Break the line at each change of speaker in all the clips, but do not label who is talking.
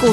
股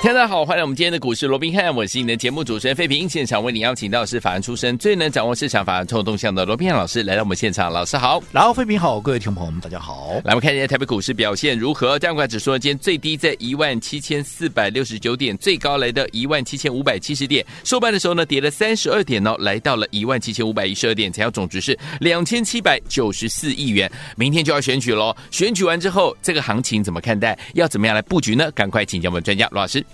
大家好，欢迎来我们今天的股市罗宾汉，我是你的节目主持人费平。现场为你邀请到的是法案出身、最能掌握市场法案冲动向的罗宾汉老师来到我们现场，老师好。
然后，飞平好，各位听众朋友们，大家好。
来，我们看一下台北股市表现如何？加权指数呢今天最低在一万七千四百六十九点，最高来到一万七千五百七十点，收盘的时候呢跌了三十二点哦，来到了一万七千五百一十二点，成交总值是两千七百九十四亿元。明天就要选举喽，选举完之后，这个行情怎么看待？要怎么样来布局呢？赶快请教我们专家罗老师。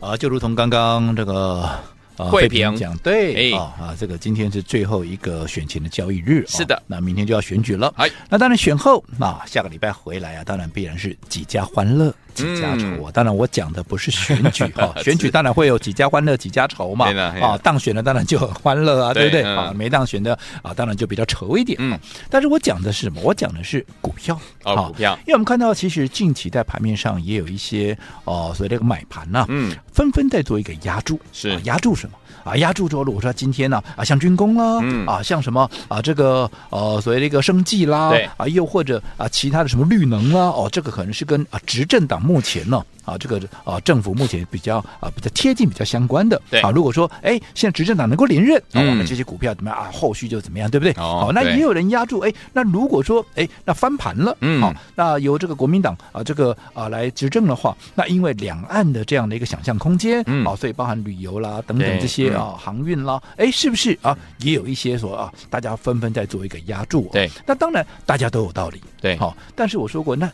啊，就如同刚刚这个呃
慧
慧
萍
萍讲，对
哎
啊啊，这个今天是最后一个选前的交易日，
是
啊
的
那明天就要选举了
哎。
那当然选后啊，下个礼拜回来啊，当然必然是几家欢乐。几家愁
嗯
啊！当然，我讲的不是选举 哈，选举当然会有几家欢乐几家愁嘛
对啦嘿啦
啊，当选了当然就很欢乐啊，对不
对
对？
嗯
啊，没当选的啊，当然就比较愁一点。啊
嗯，
但是我讲的是什么？我讲的是股票
哦
啊
股票
因为我们看到其实近期在盘面上也有一些哦，所谓这个买盘呐，
嗯，
纷纷在做一个压注，
是
啊、压注什么啊？压注之后，如果说今天呢啊，像军工啦，
嗯
啊，像什么啊，这个呃，所谓的一个生计啦，
对
啊，又或者啊，其他的什么绿能啦，哦，这个可能是跟啊执政党目前呢。啊，这个啊，政府目前比较啊比较贴近、比较相关的。
对
啊，如果说哎，现在执政党能够连任，啊，
嗯
那这些股票怎么样啊？后续就怎么样，对不对？
哦
好，那
对
也有人压住，哎，那如果说哎，那翻盘了，
嗯
好，那由这个国民党啊，这个啊来执政的话，那因为两岸的这样的一个想象空间，
嗯
啊，所以包含旅游啦等等
对
这些
嗯
啊、航运啦，哎，是不是啊也有一些说啊，大家纷纷在做一个压注、哦？
对，
那当然大家都有道理，
对
好、但是我说过那。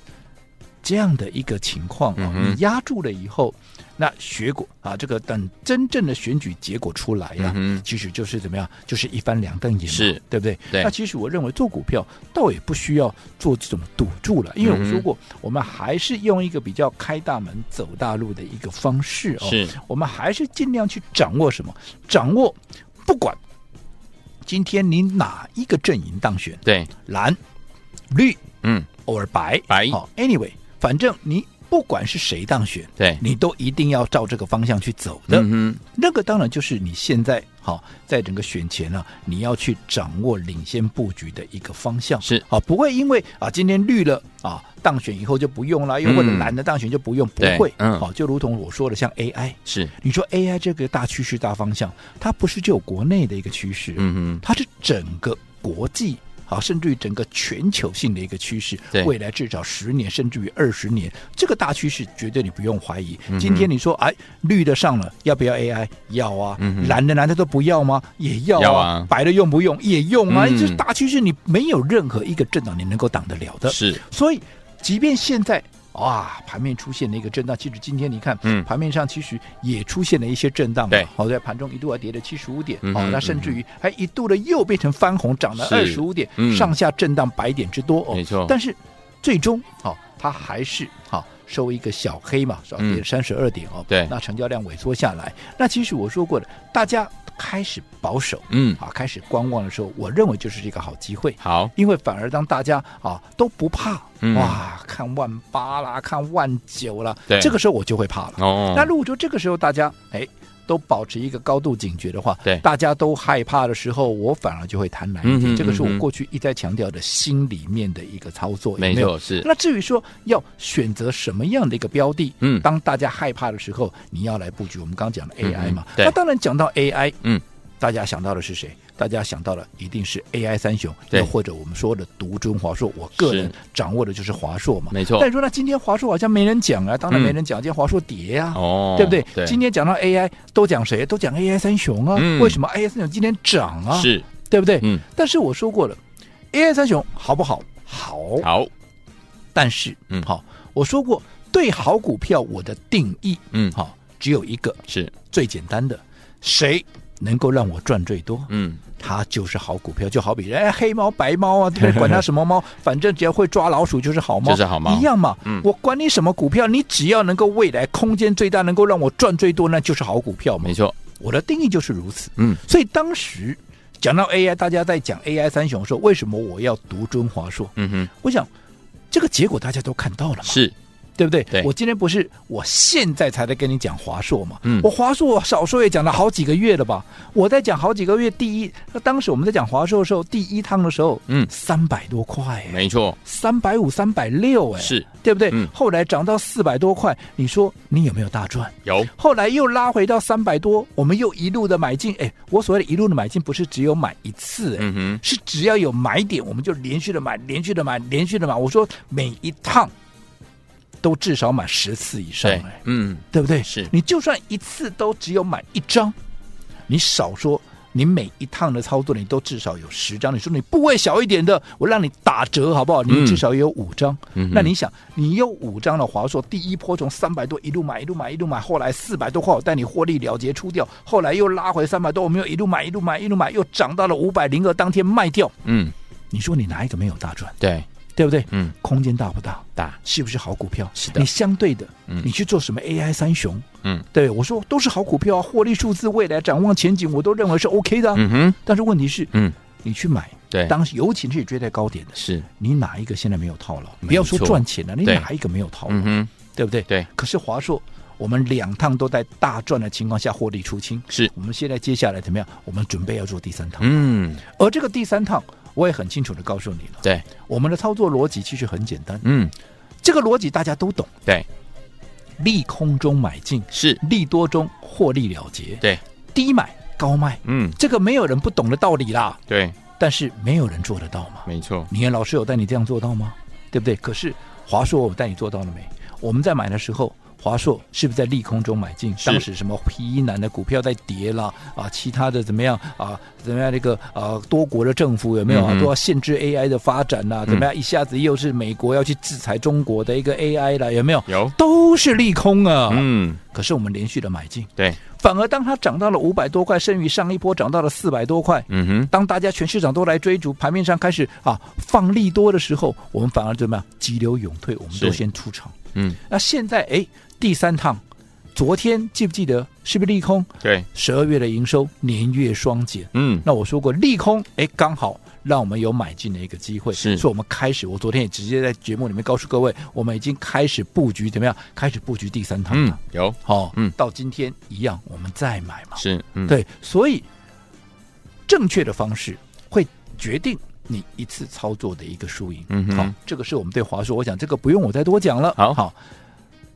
这样的一个情况啊
嗯，哼
你压住了以后，那结果啊，这个等真正的选举结果出来呀、
嗯哼
其实就是怎么样，就是一翻两瞪眼嘛，
是
对不对？
对
那其实我认为做股票倒也不需要做这种赌注了，
嗯
因为我说过，我们还是用一个比较开大门走大路的一个方式哦。
是，
我们还是尽量去掌握什么？掌握不管今天你哪一个阵营当选，
对，
蓝、绿
嗯，
偶尔白
白
好、a n y w a y 反正你不管是谁当选，
对，
你都一定要照这个方向去走的。
嗯
那个当然就是你现在好，在整个选前呢、你要去掌握领先布局的一个方向
是
啊，不会因为啊今天绿了啊当选以后就不用了，又或者
嗯
蓝的当选就不用，不
对
会，
嗯
好，就如同我说的，像 AI，
是，
你说 AI 这个大趋势、大方向，它不是只有国内的一个趋势，
嗯
它是整个国际。好，甚至于整个全球性的一个趋势
对，
未来至少十年，甚至于二十年，这个大趋势绝对你不用怀疑。
嗯
今天你说，哎，绿的上了，要不要 AI？要啊。
嗯哼
蓝的蓝的都不要吗？也要啊。
要啊
白的用不用？也用啊。
嗯
这大趋势，你没有任何一个政党你能够挡得了的
哼，。是，
所以，即便现在哇，盘面出现了一个震荡，其实今天你看，
嗯
盘面上其实也出现了一些震荡嘛，
对
好、在盘中一度还跌了七十五点，
嗯
好、
哼
那甚至于还一度的又变成翻红，涨了二
是
十五点，
嗯
上下震荡百点之多哦，
没错
但是最终，好、它还是好。收一个小黑嘛，少
嗯
跌三十二点哦。
对
那成交量萎缩下来，那其实我说过的，大家开始保守
嗯，
啊，开始观望的时候，我认为就是一个好机会。
好，
因为反而当大家啊都不怕，
嗯
哇，看万八啦，看万九啦
对，
这个时候我就会怕了。
哦，
那如果说这个时候大家哎都保持一个高度警觉的话，
对
大家都害怕的时候，我反而就会贪婪一
嗯
点。
哼
这个是
嗯
我
哼
过去一再强调的心里面的一个操作，
没
有有
错，。是，
那至于说要选择什么样的一个标的，
嗯
当大家害怕的时候，你要来布局。我们刚刚讲的
嗯
AI 嘛，
对
那当然讲到 AI，
嗯，
大家想到的是谁？大家想到了一定是 AI 三雄，
对
又或者我们说的独尊华硕。我个人
是
掌握的就是华硕嘛。
没错
但，你说那今天华硕好像没人讲啊，当然
嗯
没人讲，今天华硕跌啊。
哦，
对不对？今
天
天讲到 AI，都讲谁？都讲 AI 三雄啊。
嗯
为什么 AI 三雄今天涨啊？，
是，
对不对？
嗯，
但是我说过了，AI 三雄好不好？好，
好，
但是，
嗯
好，我说过，对好股票我的定义，
嗯，
好、只有一个
是，
最简单的，谁能够让我赚最多，
嗯，
它就是好股票。就好比哎，黑猫白猫啊，对不对？管它什 么猫，反正只要会抓老鼠就是好猫，
就是好猫
一样嘛。
嗯
我管你什么股票，你只要能够未来空间最大，能够让我赚最多，那就是好股票嘛
没。错，
我的定义就是如此。
嗯，
所以当时讲到 AI，大家在讲 AI 三雄的时候，为什么我要读中华硕？
嗯哼，
我想这个结果大家都看到了嘛，
是
对不对？
对
我今天不是我现在才在跟你讲华硕嘛，
嗯
我华硕少说也讲了好几个月了吧？我在讲好几个月，第一，当时我们在讲华硕的时候，第一趟的时候，
嗯
三百多块、哎，
没错，
三百五、三百六，哎，
是
对不对？
嗯
后来涨到四百多块，你说你有没有大赚？
有
后来又拉回到三百多，我们又一路的买进。哎，我所谓的一路的买进，不是只有买一次，哎、
嗯哼
是只要有买点，我们就连续的买，连续的买，连续的买。我说每一趟都至少买十次以上，
对
哎，
嗯
对不对？
是
你就算一次都只有买一张，你少说。你每一趟的操作，你都至少有十张。你说你部位小一点的，我让你打折好不好？
嗯
你至少也有五张。
嗯哼
那你想，你有五张的华硕，第一波从三百多一路买，一路买，一路买，后来四百多块，我带你获利了结出掉，后来又拉回三百多，我们又一路买，一路买，一路买，又涨到了五百零二，当天卖掉。
嗯
你说你哪一个没有大赚？
对
对不对？
嗯
空间大不大？
大
是不是好股票？
是的
你相对的，
嗯
你去做什么 AI 三雄？
嗯，
对我说都是好股票啊，获利数字、未来展望、前景，我都认为是 OK 的啊、
嗯哼
但是问题是，
嗯
你去买，
对
当时尤其是追在高点的，
是
你哪一个现在没有套牢？
没错
不要说赚钱了、你
对
哪一个没有套牢？
嗯哼
对不对？
对。
可是华硕，我们两趟都在大赚的情况下获利出清，
是
我们现在接下来怎么样？我们准备要做第三趟，
嗯
而这个第三趟，我也很清楚的告诉你了，
对
我们的操作逻辑其实很简单，
嗯
这个逻辑大家都懂，
对
利空中买进，
是
利多中获利了结，
对
低买高卖，
嗯
这个没有人不懂的道理啦，
对
但是没有人做得到嘛。
没错
你看老师有带你这样做到吗？对不对？可是华硕我带你做到了没？我们在买的时候，华硕是不是在利空中买进？
是
当时什么 P 一南的股票在跌啦，啊，其他的怎么样啊？怎么样那个啊，多国的政府有没有
嗯
啊
哼嗯
都要限制 AI 的发展啦、怎么样？一下子又是美国要去制裁中国的一个 AI 啦，有没有？
有
都是利空啊。
嗯
可是我们连续的买进，
对
反而当它涨到了五百多块，甚于上一波涨到了四百多块，
嗯哼
当大家全市场都来追逐，盘面上开始啊放利多的时候，我们反而怎么样急流勇退，我们
是
都先出场。
嗯
那现在哎，第三趟，昨天记不记得是不是利空？
对
十二月的营收年月双减，
嗯
那我说过利空，哎，刚好让我们有买进的一个机会，
是
所以我们开始，我昨天也直接在节目里面告诉各位，我们已经开始布局怎么样？开始布局第三趟
嗯
了。
有
哦，
嗯
到今天一样，我们再买嘛。
是嗯
对，所以正确的方式会决定你一次操作的一个输赢。
嗯哼
好，这个是我们对华硕，我想这个不用我再多讲了。
好
好，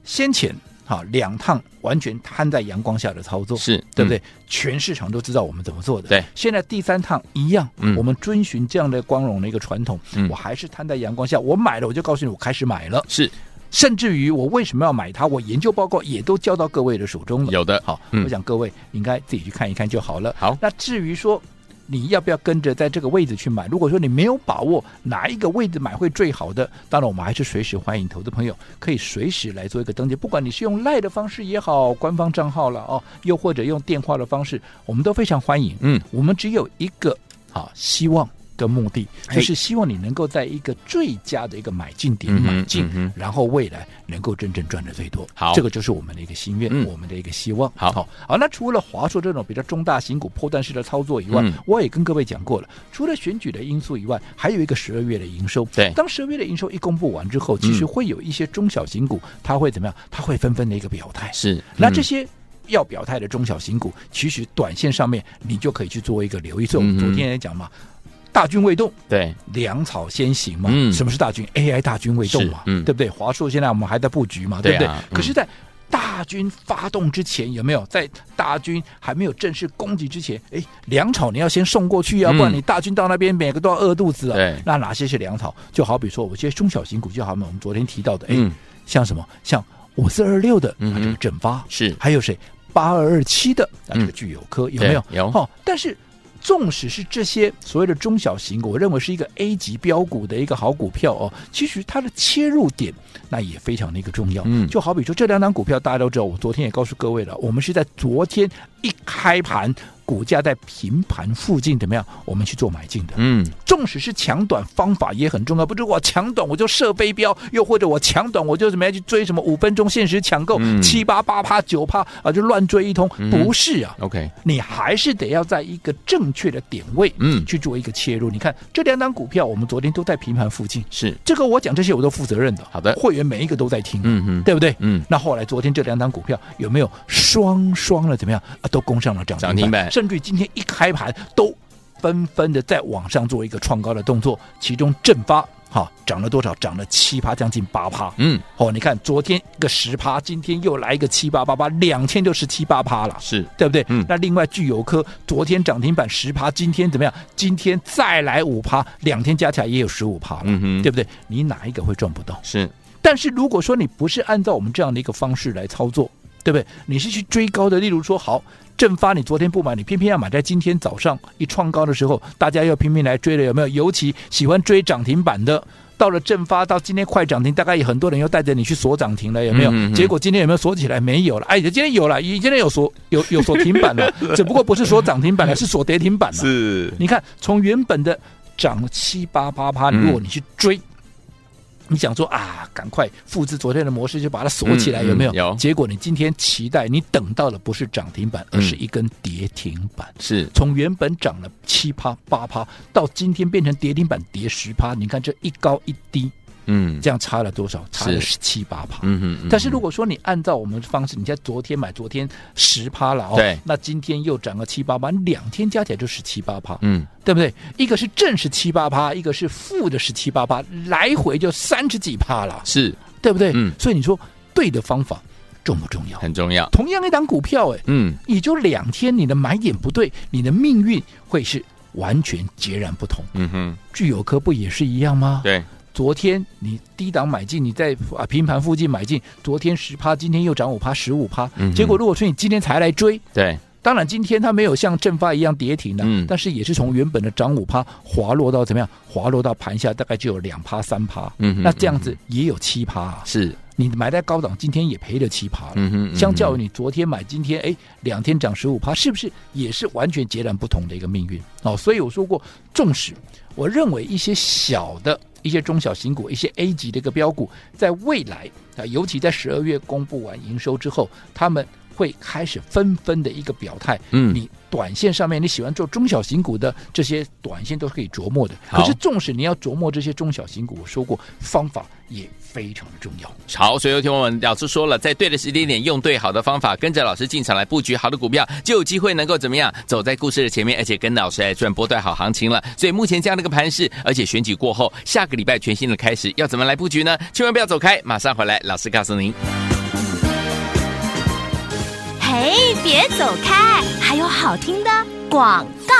先前好两趟完全摊在阳光下的操作，
是
对不对？全市场都知道我们怎么做的。
嗯对
现在第三趟一样，
嗯
我们遵循这样的光荣的一个传统，
嗯
我还是摊在阳光下，我买了我就告诉你我开始买了，
是
甚至于我为什么要买它，我研究报告也都交到各位的手中了。
有的
好，
嗯
我想各位应该自己去看一看就好了。
好
那至于说你要不要跟着在这个位置去买，如果说你没有把握哪一个位置买会最好的，当然我们还是随时欢迎投资朋友可以随时来做一个登记，不管你是用赖的方式也好，官方账号了哦，又或者用电话的方式，我们都非常欢迎。
嗯
我们只有一个好希望。跟目的
嘿
就是希望你能够在一个最佳的一个买进点
嗯哼
买进，
嗯哼
然后未来能够真正赚的最多。
好
这个就是我们的一个心愿，
嗯
我们的一个希望。
好
好，好，那除了华硕这种比较中大型股破断式的操作以外，
嗯
我也跟各位讲过了，除了选举的因素以外，还有一个十二月的营收。
对嗯
当十二月的营收一公布完之后，其实会有一些中小型股，它会怎么样？它会纷纷的一个表态。
是嗯
那这
些
些要表态的中小型股，其实短线上面你就可以去做一个留意。所以我们
嗯哼
昨天也讲嘛，大军未动，
嗯对
粮草先行嘛。
嗯
什么是大军？AI 大军未动嘛，
是嗯
对不对？华硕现在我们还在布局嘛，
对
对
啊
不
嗯
对？可是，在大军发动之前，有没有在大军还没有正式攻击之前，哎，粮草你要先送过去啊，
嗯
不然你大军到那边每个都要饿肚子啊
对。
那哪些是粮草？就好比说，我这些中小型股，就好比我们昨天提到的，哎，
嗯
像什么，像五四二六的，
嗯
它
哼
就是正发，
是
还有谁八二二七的，啊，
嗯
这个具有科、有没有？
对有
哦，但是。纵使是这些所谓的中小型股，我认为是一个 A 级标股的一个好股票哦，其实它的切入点那也非常的一个重要。
嗯
就好比说这两档股票，大家都知道，我昨天也告诉各位了，我们是在昨天一开盘股价在平盘附近怎么样，我们去做买进的。
嗯，
纵使是抢短，方法也很重要。不是我抢短我就设飞镖，又或者我抢短我就怎么样去追什么五分钟限时抢购，
嗯
七八八趴九趴啊，就乱追一通。
嗯
不是啊，
OK，
你还是得要在一个正确的点位，
嗯
去做一个切入。你看这两档股票，我们昨天都在平盘附近，
是，
这个我讲这些我都负责任的。
好的
会员每一个都在听，
嗯哼，
对不对？
嗯，
那后来昨天这两档股票有没有双双的怎么样啊？都攻上了涨停
涨停板
甚至于今天一开盘都纷纷的在往上做一个创高的动作，其中正发。哈，涨了多少？涨了七趴，将近八趴。
嗯，
哦，你看昨天一个十趴，今天又来一个七八八八，两天就十七八趴了。
是，
对不对？
嗯
那另外巨油科昨天涨停板十趴，今天怎么样？今天再来五趴，两天加起来也有十五趴了，
嗯哼
对不对？你哪一个会赚不到？
是，
但是如果说你不是按照我们这样的一个方式来操作，对不对？你是去追高的，例如说，好，正发你昨天不买，你偏偏要买在今天早上一创高的时候，大家又拼命来追了，有没有？尤其喜欢追涨停板的。到了正发，到今天快涨停，大概也很多人又带着你去锁涨停了，有没有？
嗯嗯嗯
结果今天有没有锁起来？没有了。哎，今天有了，今天有锁，有有锁停板了，只不过不是锁涨停板了，是锁跌停板了。
是，
你看，从原本的涨七八八趴，
嗯
如果你去追，你想说啊，赶快复制昨天的模式，就把它锁起来，
嗯嗯
有没有？
有
结果你今天期待，你等到的不是涨停板，
嗯
而是一根跌停板。
是，
从原本涨了七趴八趴，到今天变成跌停板跌十趴，你看这一高一低，
嗯，
这样差了多少？差
是
了十七八趴。
嗯哼，嗯
但是如
果
果说你按照我们的方式，你在昨天买，昨天十趴了哦，
对
那今天又涨个七八八，两天加起来就十七八趴，
嗯，
对不对？一个是正十七八趴，一个是负的十七八趴，来回就三十几趴了，
是
对不对？
嗯
所以你说对的方法重不重要？
很重要，
同样一档股票，哎，
嗯，
也就两天，你的买点不对，你的命运会是完全截然不同。
嗯哼，
具有科不也是一样吗？
对，
昨天你低档买进，你在啊平盘附近买进，昨天十趴，今天又涨五趴、十五趴
嗯哼，
结果如果说你今天才来追，
对，
当然今天它没有像正发一样跌停了，
嗯
但是也是从原本的涨五趴滑落到怎么样？滑落到盘下大概就有两趴、三趴，
嗯哼
那这样子也有七趴、啊，
是，
你买在高档，今天也赔了七趴了。
嗯哼，嗯哼
相较于你昨天买，今天哎两天涨十五趴，是不是也是完全截然不同的一个命运？哦，所以我说过，纵使我认为一些小的。一些中小型股、一些 A 级的一个标股，在未来啊，尤其在十二月公布完营收之后，他们会开始纷纷的一个表态。
嗯
你短线上面你喜欢做中小型股的这些短线都是可以琢磨的。
好
可是，纵使你要琢磨这些中小型股，我说过方法也非常的重要。
好，所以有听我们老师说了，在对的时间点，用对好的方法，跟着老师进场来布局好的股票，就有机会能够怎么样走在故事的前面，而且跟老师来赚波段好行情了。所以目前这样的一个盘势，而且选举过后，下个礼拜全新的开始，要怎么来布局呢？千万不要走开，马上回来，老师告诉您。
嘿，别走开，还有好听的广告。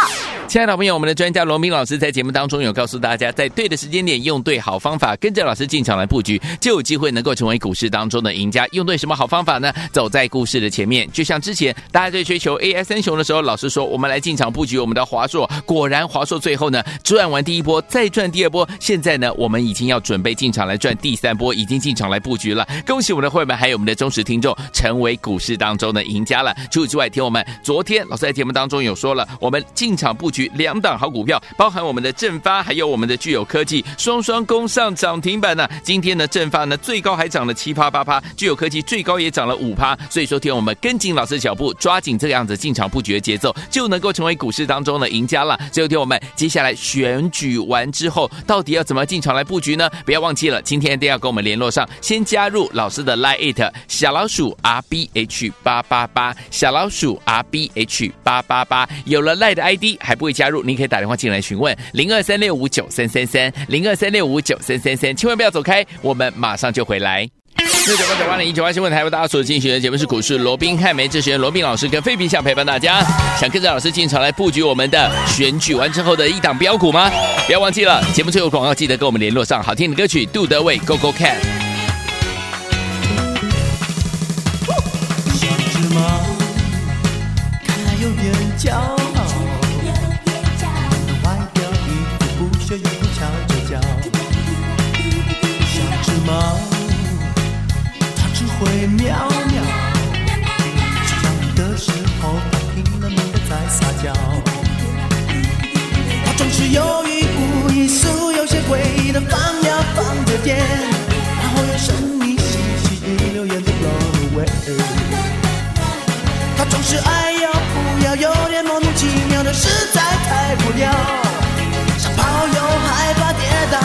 亲爱的朋友我们的专家罗明老师在节目当中有告诉大家，在对的时间点用对好方法，跟着老师进场来布局，就有机会能够成为股市当中的赢家。用对什么好方法呢？走在故事的前面。就像之前大家在追求 AI 三雄的时候，老师说我们来进场布局我们的华硕，果然华硕最后呢赚完第一波，再赚第二波。现在呢，我们已经要准备进场来赚第三波，已经进场来布局了。恭喜我们的会员，还有我们的忠实听众，成为股市当中的赢家了。除此之外，听我们昨天老师在节目当中有说了，我们进场布局两档好股票，包含我们的正发，还有我们的具有科技，双双攻上涨停板呢、今天呢，正发呢最高还涨了七趴八趴，具有科技最高也涨了五趴。所以说，听我们跟紧老师的脚步，抓紧这个样子进场布局的节奏，就能够成为股市当中的赢家了。所以，听我们接下来选举完之后，到底要怎么进场来布局呢？不要忘记了，今天一定要跟我们联络上，先加入老师的 Line It 小老鼠 R B H 八八八，小老鼠 R B H 八八八。有了 Line 的 ID 还不会加入，你可以打电话进来询问零二三六五九三三三零二三六五九三三三，千万不要走开，我们马上就回来。六九八九八零一九八新闻台为大家所进行的节目是股市罗宾汉梅这学员罗宾老师跟费皮想陪伴大家，想跟着老师进场来布局我们的选举完之后的一档标股吗？不要忘记了，节目最后广告记得跟我们联络上。好听的歌曲，杜德伟《Go Go Cat》。
像只猫，看来有点骄傲，外表一副不屑又不翘着脚。像只猫，它只会喵喵，想你的时候它听角。它总是有意无意、素有些灰的放呀放着电，然后又神秘兮兮一溜烟的 blow away。它总是爱要不要，有点莫名其妙的，实在太无聊。想跑又害怕跌倒，